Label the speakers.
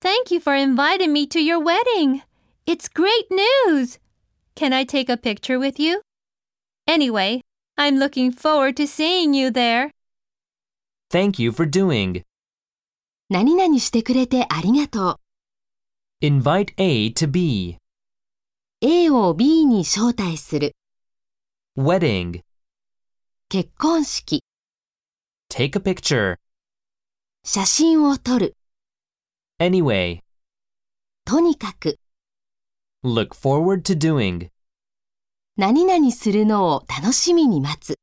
Speaker 1: Thank you for inviting me to your wedding. It's great news. Can I take a picture with you? Anyway, I'm looking forward to seeing you there.
Speaker 2: Thank you for doing.
Speaker 3: 何々してくれてありがと
Speaker 2: Invite A to B.
Speaker 3: う。A を B に招待する。
Speaker 2: Wedding.
Speaker 3: 結婚式。
Speaker 2: Take a picture.
Speaker 3: 写真を撮る。
Speaker 2: Anyway.
Speaker 3: とにかく。
Speaker 2: Look forward to doing.
Speaker 3: 何々するのを楽しみに待つ。